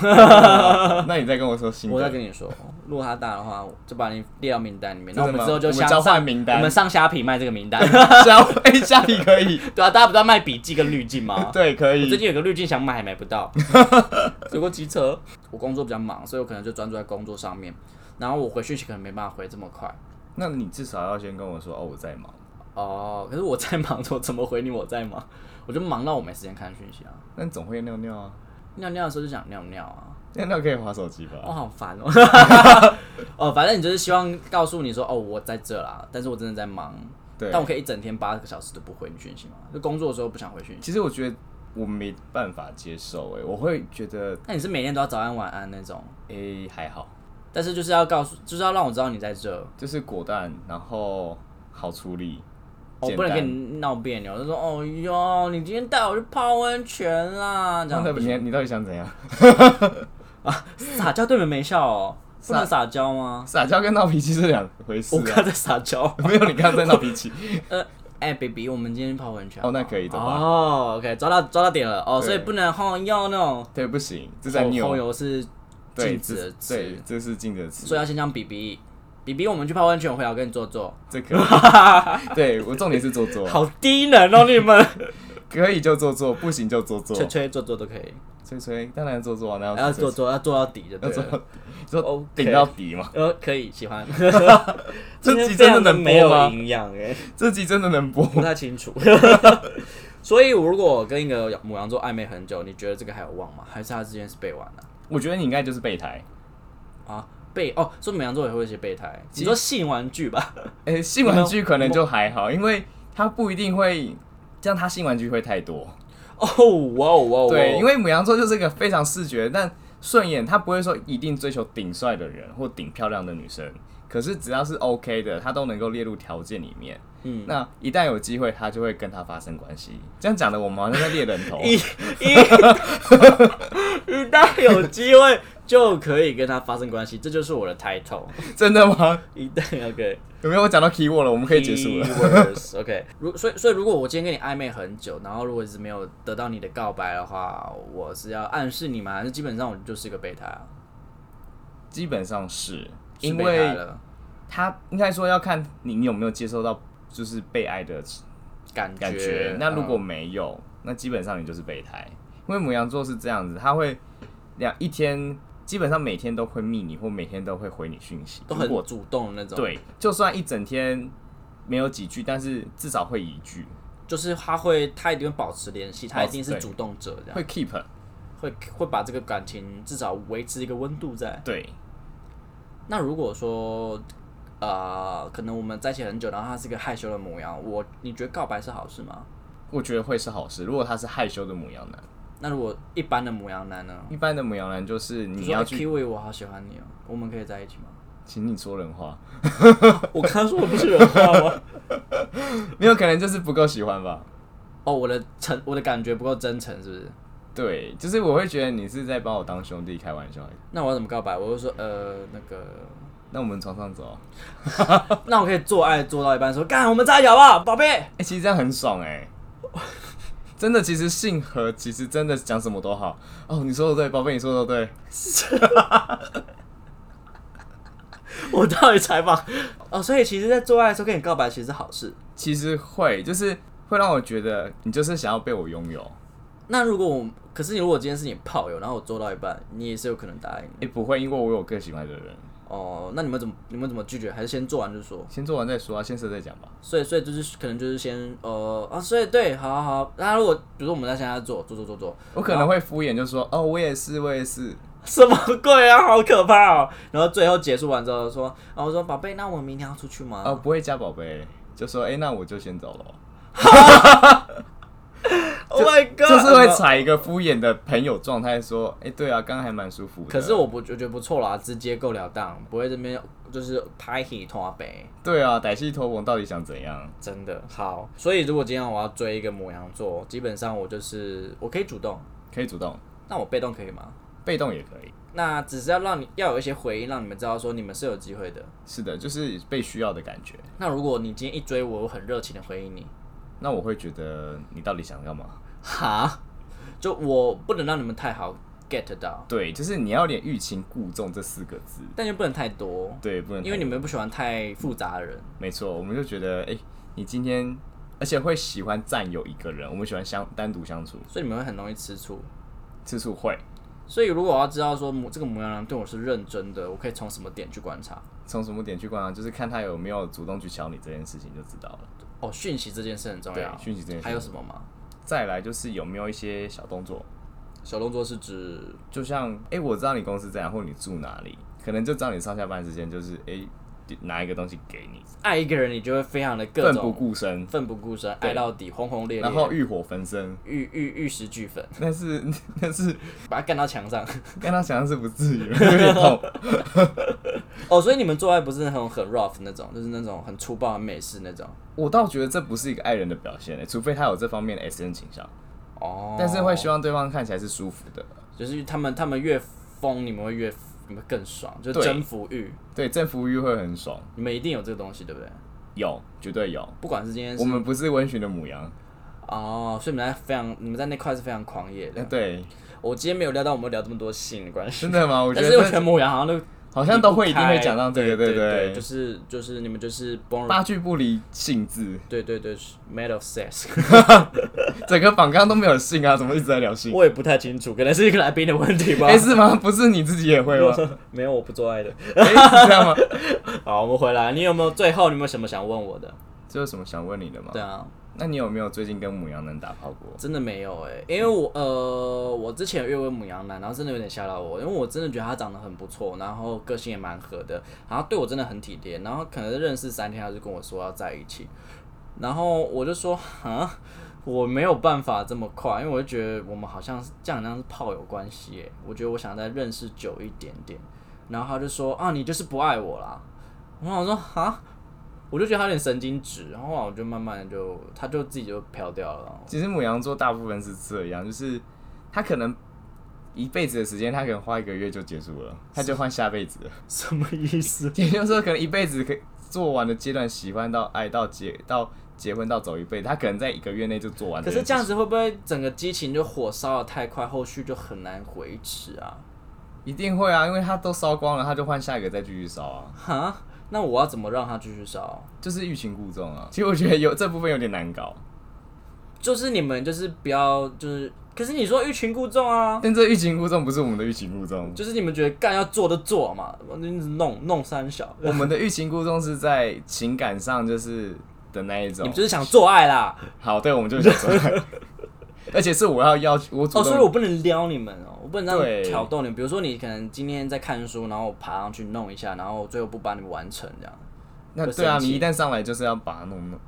[SPEAKER 3] 那你再跟我说新
[SPEAKER 2] 我再
[SPEAKER 3] 的
[SPEAKER 2] 跟。你说，如果他大的话，我就把你列到名单里面。那
[SPEAKER 3] 真
[SPEAKER 2] 我
[SPEAKER 3] 的
[SPEAKER 2] 们
[SPEAKER 3] 吗
[SPEAKER 2] 之后就
[SPEAKER 3] 我们
[SPEAKER 2] 下
[SPEAKER 3] 交换
[SPEAKER 2] 上
[SPEAKER 3] 名单
[SPEAKER 2] 我们上虾皮卖这个名 单。
[SPEAKER 3] 下哎，下一可以，
[SPEAKER 2] 对啊，大家不知道卖笔记跟滤镜吗？
[SPEAKER 3] 对，可
[SPEAKER 2] 我最
[SPEAKER 3] 以。
[SPEAKER 2] 近有个滤镜想买还买不 到，有过机车。我工作比较忙，所以我可能就专注在工作上面，然后我回去可能没办法回这么快。
[SPEAKER 3] 那你至少要先跟我说哦，我在忙。
[SPEAKER 2] 哦，可是我在忙，我怎么回你？我在忙，我就忙到我没时间看讯息啊。
[SPEAKER 3] 那你总会尿尿啊，
[SPEAKER 2] 尿尿的时候就想尿尿啊。
[SPEAKER 3] 尿尿可以划手机吧？
[SPEAKER 2] 哦，好烦哦。 哦，反正你就是希望告诉你说，哦，我在这啦，但是我真的在忙。
[SPEAKER 3] 对
[SPEAKER 2] 但我可以一整天八个小时都不回你讯息吗？就工作的时候不想回讯息。
[SPEAKER 3] 其实我觉得我没办法接受、欸，我会觉得，
[SPEAKER 2] 那你是每天都要早安晚安那种，
[SPEAKER 3] 诶，还好，
[SPEAKER 2] 但是就是要告诉，就是要让我知道你在这，
[SPEAKER 3] 就是果断，然后好处理，
[SPEAKER 2] 我、
[SPEAKER 3] 简
[SPEAKER 2] 哦不能
[SPEAKER 3] 单
[SPEAKER 2] 跟你闹别扭，就说哦哟，你今天带我去泡温泉啦，这
[SPEAKER 3] 那
[SPEAKER 2] 样
[SPEAKER 3] 到底你你到底想怎样？
[SPEAKER 2] 撒娇对门没笑哦，不能撒娇吗？
[SPEAKER 3] 撒娇跟闹脾气是两回事
[SPEAKER 2] 我
[SPEAKER 3] 啊、
[SPEAKER 2] 刚在撒娇，
[SPEAKER 3] 没有，你刚刚在闹脾气。
[SPEAKER 2] 呃，哎、b a b y 我们今天去泡温泉
[SPEAKER 3] 哦那可以走吧
[SPEAKER 2] 哦，OK，抓到抓到点了哦，
[SPEAKER 3] 对
[SPEAKER 2] 所以不能晃要那种
[SPEAKER 3] 对，不行，这在
[SPEAKER 2] 后后
[SPEAKER 3] 扭。
[SPEAKER 2] 油是
[SPEAKER 3] 对，
[SPEAKER 2] 哦禁止的
[SPEAKER 3] 这对
[SPEAKER 2] 词，，
[SPEAKER 3] 这是禁止的词
[SPEAKER 2] 所以，要先讲 B B。B B，我们去泡温泉，我回来我跟你做做。
[SPEAKER 3] 这 可以。对我重点是做作，
[SPEAKER 2] 好低能哦，你们
[SPEAKER 3] 可以就做作，不行就做作
[SPEAKER 2] 吹。吹做做都可以，
[SPEAKER 3] 吹吹，当然做作啊，那
[SPEAKER 2] 要做，做要做到底就对
[SPEAKER 3] 要做到
[SPEAKER 2] 了。
[SPEAKER 3] 底，说
[SPEAKER 2] OK
[SPEAKER 3] 顶到底嘛。
[SPEAKER 2] 呃，可以喜 欢。
[SPEAKER 3] 这集真的能
[SPEAKER 2] 没
[SPEAKER 3] 播
[SPEAKER 2] 有
[SPEAKER 3] 吗？
[SPEAKER 2] 营养哎，
[SPEAKER 3] 这集真的能播
[SPEAKER 2] 不太清楚。所以，我如果跟一个母羊座暧昧很久，你觉得这个还有望吗？还是他之间是被玩了？
[SPEAKER 3] 我觉得你应该就是备胎。
[SPEAKER 2] 啊，备哦，说母羊座也会有一些备胎，你说性玩具吧？
[SPEAKER 3] 诶、性玩具可能就还好，因为它不一定会，这样它性玩具会太多。
[SPEAKER 2] 哦，哇哦哇哦，
[SPEAKER 3] 对，因
[SPEAKER 2] 为
[SPEAKER 3] 为母羊座就是个非常视觉但顺眼，他不会说一定追求顶帅的人或顶漂亮的女生，可是只要是 OK 的，他都能够列入条件里面。
[SPEAKER 2] 嗯
[SPEAKER 3] 那一旦有机会，他就会跟他发生关系。这样讲的，我们好像在猎人 头。
[SPEAKER 2] 一一一旦有机会就可以跟他发生关系，这就是我的 title。
[SPEAKER 3] 真的吗？
[SPEAKER 2] 一旦 OK，
[SPEAKER 3] 有没有我讲到 key word 了？我们可以结束了。
[SPEAKER 2] 了。OK，如所以所以如果我今天跟你暧昧很久，然后如果是没有得到你的告白的话，我是要暗示你吗？还是基本上我就是一个备胎啊？
[SPEAKER 3] 基本上是
[SPEAKER 2] 是
[SPEAKER 3] 因
[SPEAKER 2] 备胎
[SPEAKER 3] 为
[SPEAKER 2] 了
[SPEAKER 3] 他应该说要看你你有没有接受到就是被爱的
[SPEAKER 2] 感觉
[SPEAKER 3] 感觉。嗯那如果没有，那基本上你就是备胎，因为母羊座是这样子，他会两一天基本上每天都会密你，或每天都会回你讯息，
[SPEAKER 2] 都
[SPEAKER 3] 如
[SPEAKER 2] 很
[SPEAKER 3] 果
[SPEAKER 2] 主动的那种，，
[SPEAKER 3] 对，就算一整天没有几句，但是至少会一句，
[SPEAKER 2] 就是他会他一定会保持联系，他
[SPEAKER 3] 保
[SPEAKER 2] 一
[SPEAKER 3] 持
[SPEAKER 2] 定是
[SPEAKER 3] 对啊
[SPEAKER 2] 主动者这样。
[SPEAKER 3] 会 keep
[SPEAKER 2] 会会把这个感情至少维持一个温度在。
[SPEAKER 3] 对，
[SPEAKER 2] 那如果说，呃，可能我们在一起很久，然后他是个害羞的模样，我你觉得告白是好事吗？
[SPEAKER 3] 我觉得会是好事。如果他是害羞的母羊男，
[SPEAKER 2] 那如果一般的母羊男呢？
[SPEAKER 3] 一般的母羊男就是
[SPEAKER 2] 比如
[SPEAKER 3] 你
[SPEAKER 2] 说
[SPEAKER 3] 要
[SPEAKER 2] 哎
[SPEAKER 3] 去，
[SPEAKER 2] Kiwi，我好喜欢 你哦，我们可以在一起吗？
[SPEAKER 3] 请你说人话，
[SPEAKER 2] 我刚刚说的不是人话吗？
[SPEAKER 3] 没有可能就是不够喜欢吧。
[SPEAKER 2] 哦，我的诚，我的感觉不够真诚，是不是？
[SPEAKER 3] 对，就是我会觉得你是在把我当兄弟开玩笑。
[SPEAKER 2] 那我要怎么告白？我就说，呃，那个，
[SPEAKER 3] 那我们床上走，啊
[SPEAKER 2] 那我可以做爱做到一半说，干，我们在一起好不好，宝贝？
[SPEAKER 3] 哎、其实这样很爽哎、真的，其实性和其实真的讲什么都好哦。你说的对，宝贝，你说的对。
[SPEAKER 2] 我到底采访？ 哦，所以其实，在做爱的时候跟你告白其实是好事。
[SPEAKER 3] 其实会，就是会让我觉得你就是想要被我拥有。
[SPEAKER 2] 那如果我，可是你如果今天是你炮友，然后我做到一半，你也是有可能答应
[SPEAKER 3] 哎、不会，因为我有更喜欢的人，
[SPEAKER 2] 哦。那你们怎么你们怎么拒绝？还是先做完就说？
[SPEAKER 3] 先做完再说啊，先说再讲吧。
[SPEAKER 2] 所以所以就是可能就是先呃啊，所以对，好好好。那如果比如说我们在现在做做做做做，
[SPEAKER 3] 我可能会敷衍，就说哦，我也是，我也是。
[SPEAKER 2] 什么鬼啊，好可怕哦！然后最后结束完之后说，然后我说宝贝，那我们明天要出去吗？
[SPEAKER 3] 哦，不会加宝贝，就说哎、那我就先走了。
[SPEAKER 2] o h Oh my god，
[SPEAKER 3] 就是会
[SPEAKER 2] 然后
[SPEAKER 3] 踩一个敷衍的朋友状态，说哎、对啊，刚刚还蛮舒服的。
[SPEAKER 2] 可是我不我觉得不错啦，直接够了当，不会这边就是拍戏拖背。
[SPEAKER 3] 对啊，歹戏头王到底想怎样？
[SPEAKER 2] 真的好，所以如果今天我要追一个母羊座，基本上我就是我可以主动，
[SPEAKER 3] 可以主动，
[SPEAKER 2] 那我被动可以吗？
[SPEAKER 3] 被动也可以。
[SPEAKER 2] 那只是要让你要有一些回应，让你们知道说你们是有机会的。
[SPEAKER 3] 是的，就是被需要的感觉。
[SPEAKER 2] 那如果你今天一追我，我很热情的回应你，
[SPEAKER 3] 那我会觉得你到底想干嘛？
[SPEAKER 2] 哈，就我不能让你们太好 get 到，
[SPEAKER 3] 对，就是你要有点欲擒故纵这四个字。
[SPEAKER 2] 但又不能太多，
[SPEAKER 3] 对，不能
[SPEAKER 2] 因为
[SPEAKER 3] 太
[SPEAKER 2] 你们不喜欢太复杂的人。
[SPEAKER 3] 没错，我们就觉得，哎、你今天，而且会喜欢占有一个人，我们喜欢相单独相处，
[SPEAKER 2] 所以你们会很容易吃醋。
[SPEAKER 3] 次数会
[SPEAKER 2] 所以如果我要知道说母这个母羊男对我是认真的，我可以从什么点去观察？
[SPEAKER 3] 从什么点去观察，就是看他有没有主动去瞧你这件事情就知道了。
[SPEAKER 2] 哦，讯息这件事很重要
[SPEAKER 3] 对，。讯息这件事情
[SPEAKER 2] 还有什么吗？
[SPEAKER 3] 再来就是有没有一些小动作，
[SPEAKER 2] 小动作是指
[SPEAKER 3] 就像，哎、我知道你公司在哪，或你住哪里，可能就知道你上下班时间，就是，哎、拿一个东西给你，
[SPEAKER 2] 爱一个人，你就会非常的各
[SPEAKER 3] 奋不
[SPEAKER 2] 种
[SPEAKER 3] 顾身，
[SPEAKER 2] 奋不顾身，
[SPEAKER 3] 对
[SPEAKER 2] 爱到底，轰轰烈烈，
[SPEAKER 3] 然后欲火焚身，
[SPEAKER 2] 玉玉玉石俱焚，
[SPEAKER 3] 但是 但是
[SPEAKER 2] 把他干到墙上。
[SPEAKER 3] 跟他想象是不至于， 有点痛。
[SPEAKER 2] 哦，所以你们做爱不是那种很 rough 那种，就是那种很粗暴、很美式那种。
[SPEAKER 3] 我倒觉得这不是一个爱人的表现、欸除非他有这方面的 S N 倾向，
[SPEAKER 2] 哦，
[SPEAKER 3] 但是会希望对方看起来是舒服的。
[SPEAKER 2] 就是他们他们越疯，你们会越你们更爽，就是
[SPEAKER 3] 对
[SPEAKER 2] 征服欲，
[SPEAKER 3] 对，征服欲会很爽，
[SPEAKER 2] 你们一定有这个东西，对不对？
[SPEAKER 3] 有，绝对有。
[SPEAKER 2] 不管是今天是
[SPEAKER 3] 我们不是温驯的母羊，
[SPEAKER 2] 哦，所以你们在非常你们在那块是非常狂野的。
[SPEAKER 3] 对，
[SPEAKER 2] 我今天没有料到我们聊这么多性的关系，
[SPEAKER 3] 真的吗？我觉
[SPEAKER 2] 但是我觉
[SPEAKER 3] 得
[SPEAKER 2] 得母羊好像都
[SPEAKER 3] 好像都会一定
[SPEAKER 2] 离
[SPEAKER 3] 会
[SPEAKER 2] 不开
[SPEAKER 3] 讲到这个，
[SPEAKER 2] 对
[SPEAKER 3] 对，
[SPEAKER 2] 就是就是你们就是崩
[SPEAKER 3] 八句不离性字，
[SPEAKER 2] 对对对是，made of sex，
[SPEAKER 3] 整个榜刚都没有性啊，怎么一直在聊性？
[SPEAKER 2] 我也不太清楚，可能是一个来宾的问题吧
[SPEAKER 3] 哎、。是吗？不是你自己也会吗？
[SPEAKER 2] 没有，我不做爱的。
[SPEAKER 3] 哎、是这样吗？
[SPEAKER 2] 好，我们回来，你有没有最后你有没有什么想问我的？
[SPEAKER 3] 这有什么想问你的吗？
[SPEAKER 2] 对啊，
[SPEAKER 3] 那你有没有最近跟母羊能打炮过？
[SPEAKER 2] 真的没有哎、因为我呃，我之前有约过母羊男，然后真的有点吓到我，因为我真的觉得他长得很不错，然后个性也蛮合的，然后对我真的很体贴，然后可能认识三天他就跟我说要在一起，然后我就说啊，我没有办法这么快，因为我就觉得我们好像是这样好像是炮友关系耶，我觉得我想再认识久一点点，然后他就说啊，你就是不爱我啦，然后我说啊。我就觉得他有点神经质，然后我就慢慢的就，他就自己就飘掉了。
[SPEAKER 3] 其实母羊座大部分是这样，就是他可能一辈子的时间，他可能花一个月就结束了，他就换下辈子了。
[SPEAKER 2] 什么意思？
[SPEAKER 3] 也就是说，可能一辈子可以做完的阶段，喜欢到爱到结到结婚到走一辈子，他可能在一个月啊内就做完
[SPEAKER 2] 可
[SPEAKER 3] 件
[SPEAKER 2] 是
[SPEAKER 3] 事情。
[SPEAKER 2] 这样子会不会整个激情就火烧的太快，后续就很难维持啊？
[SPEAKER 3] 一定会啊，因为他都烧光了，他就换下一个再继续烧啊，
[SPEAKER 2] 哈，那我要怎么让它继续烧？
[SPEAKER 3] 就是欲擒故纵啊。其实我觉得有这部分有点难 搞，
[SPEAKER 2] 就是你们就是不要就是，可是你说欲擒故纵啊，
[SPEAKER 3] 但这欲擒故纵不是我们的欲擒故 纵，
[SPEAKER 2] 就是你们觉得干要做就做嘛，那你弄弄三小，
[SPEAKER 3] 我们的欲擒故纵是在情感上就是的那一
[SPEAKER 2] 你
[SPEAKER 3] 种
[SPEAKER 2] 们。就是想做爱啦。
[SPEAKER 3] 好，对，我们就是想做爱， 而且是我要要求我主
[SPEAKER 2] 哦，
[SPEAKER 3] 动
[SPEAKER 2] 所以我不能撩你们哦，我不能这样
[SPEAKER 3] 对
[SPEAKER 2] 挑逗你们。比如说你可能今天在看书，然后我爬上去弄一下，然后最后不帮你们完成这样
[SPEAKER 3] 那
[SPEAKER 2] 会
[SPEAKER 3] 对啊，
[SPEAKER 2] 生气
[SPEAKER 3] 你一旦上来就是要把它弄弄，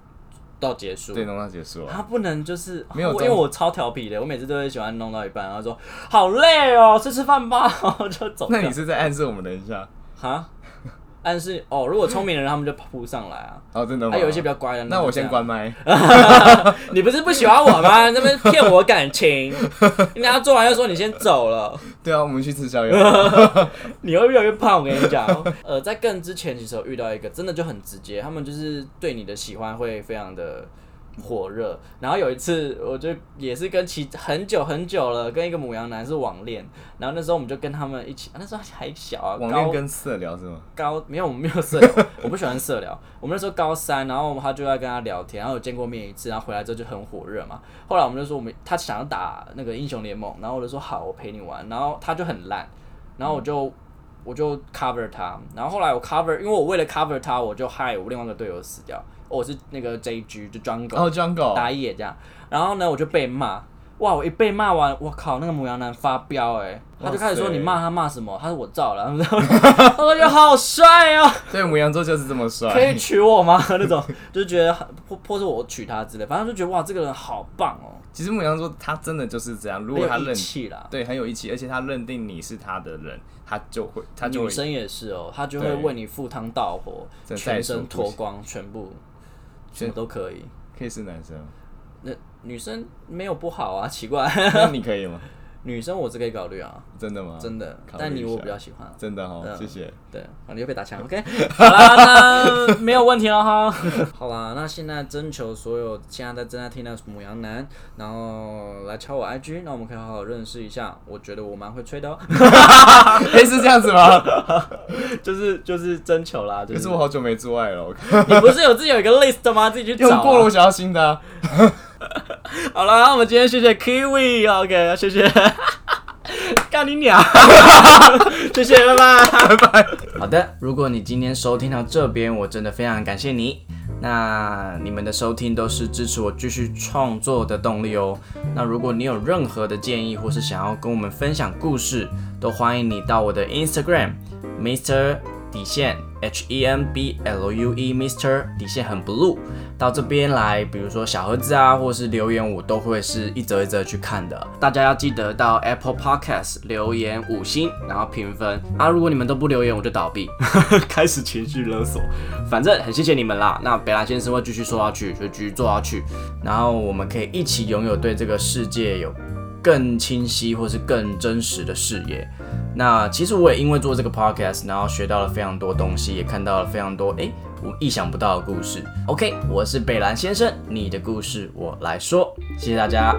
[SPEAKER 2] 到结束。
[SPEAKER 3] 对，弄到结束啊。
[SPEAKER 2] 他不能就是
[SPEAKER 3] 没有
[SPEAKER 2] 我
[SPEAKER 3] 中
[SPEAKER 2] 因为我超调皮的，我每次都会喜欢弄到一半，然后说好累哦，吃吃饭吧， 然后就走掉。
[SPEAKER 3] 那你是在暗示我们等一下？
[SPEAKER 2] 哈？但是哦，如果聪明的人他们就扑上来啊，
[SPEAKER 3] 哦，真的
[SPEAKER 2] 还、
[SPEAKER 3] 吗？
[SPEAKER 2] 有一些比较乖的。
[SPEAKER 3] 那
[SPEAKER 2] 就
[SPEAKER 3] 我
[SPEAKER 2] 这
[SPEAKER 3] 先
[SPEAKER 2] 样
[SPEAKER 3] 关。麦。
[SPEAKER 2] 你不是不喜欢我吗？ 那边骗我感 情，人家做完又说你先走了，
[SPEAKER 3] 对啊，我们去吃 宵夜。
[SPEAKER 2] 你会越来越胖。我跟你讲， 呃，在更之前其实有遇到一个真的就很直接，他们就是对你的喜欢会非常的火热。然后有一次，我就也是跟其很久很久了，跟一个母羊男是网恋，然后那时候我们就跟他们一起，啊、那时候还小啊，
[SPEAKER 3] 网
[SPEAKER 2] 高
[SPEAKER 3] 恋跟色聊是吗？
[SPEAKER 2] 高没有，我们没有色聊，我不喜欢色聊。 我们那时候高三，然后他就在跟他聊天，然后有见过面一次，然后回来之后就很火热嘛。后来我们就说我们他想要打那个英雄联盟，然后我就说好，我陪你玩，然后他就很烂，然后我就。我就 cover 他，然后后来我 cover，因为我为了 cover 他，我就害我另外一个队友死掉，哦我是那个 JG 就 jungle，
[SPEAKER 3] 哦，Jungle，
[SPEAKER 2] 打野这样。然后呢，我就被骂，哇！我一被骂完，我靠，那个母羊男发飙哎、他就开始说
[SPEAKER 3] 哇塞
[SPEAKER 2] 你骂他骂什么？他说我造了， 然后他说你好帅哦，
[SPEAKER 3] 对，母羊座就是这么
[SPEAKER 2] 可
[SPEAKER 3] 帅。
[SPEAKER 2] 以娶我吗？那种 就觉得或或是我娶她之类，反正就觉得哇，这个人好棒哦，
[SPEAKER 3] 其实母羊座他真的就是这样，如果他
[SPEAKER 2] 很有义
[SPEAKER 3] 认
[SPEAKER 2] 气啦。
[SPEAKER 3] 对很有义气，而且他认定你是他的人，他就会他就
[SPEAKER 2] 女
[SPEAKER 3] 会
[SPEAKER 2] 生也是哦，她就会
[SPEAKER 3] 对
[SPEAKER 2] 为你赴汤蹈火，
[SPEAKER 3] 这
[SPEAKER 2] 全
[SPEAKER 3] 再说
[SPEAKER 2] 身
[SPEAKER 3] 不
[SPEAKER 2] 脱
[SPEAKER 3] 行
[SPEAKER 2] 光，全部什么都可以。
[SPEAKER 3] 可以是男生吗，
[SPEAKER 2] 那女生没有不好啊，奇怪。
[SPEAKER 3] 那你可以吗？
[SPEAKER 2] 女生我是可以考虑啊，
[SPEAKER 3] 真的吗？
[SPEAKER 2] 真的
[SPEAKER 3] 考虑一下，
[SPEAKER 2] 但你我比较喜欢。
[SPEAKER 3] 真的哦，
[SPEAKER 2] 嗯
[SPEAKER 3] 谢谢。
[SPEAKER 2] 对，好，你又被打 枪。OK，好啦，那没有问题了 哈。好啦，那现在征求所有现在在正在听的母羊男，然后来敲我 IG，那我们可以好好认识一下。我觉得我蛮会吹 的哦，
[SPEAKER 3] 哎，是这样子 吗？
[SPEAKER 2] 就是就是征求啦，就
[SPEAKER 3] 可
[SPEAKER 2] 是
[SPEAKER 3] 是我好久没做爱了，
[SPEAKER 2] 你不是有自己有一个 list 吗？自己去找、
[SPEAKER 3] 用
[SPEAKER 2] 啊。
[SPEAKER 3] 过了，我想要新的啊。
[SPEAKER 2] 好了，那我们今天谢谢 Kiwi，OK，、谢 谢。干你 娘！谢谢，拜拜，拜拜。好的，如果你今天收听到这边，我真的非常感谢你。那你们的收听都是支持我继续创作的动力哦。那如果你有任何的建议，或是想要跟我们分享故事，都欢迎你到我的 Instagram Mr 底线 H E M B L U E Mr 底线很 blue 到这边来，比如说小盒子啊，或是留言，我都会是一则一则去看的。大家要记得到 Apple Podcast 留言五星，然后评分啊。如果你们都不留言，我就倒闭， 开始情绪勒索。反正很谢谢你们啦。那北兰先生会继续说下去，就继续做下去，然后我们可以一起拥有对这个世界有更清晰或是更真实的视野。那其实我也因为做这个 podcast，然后学到了非常多东西，也看到了非常多诶我意想不到的故事。OK，我是北兰先生，你的故事我来说，谢谢大家。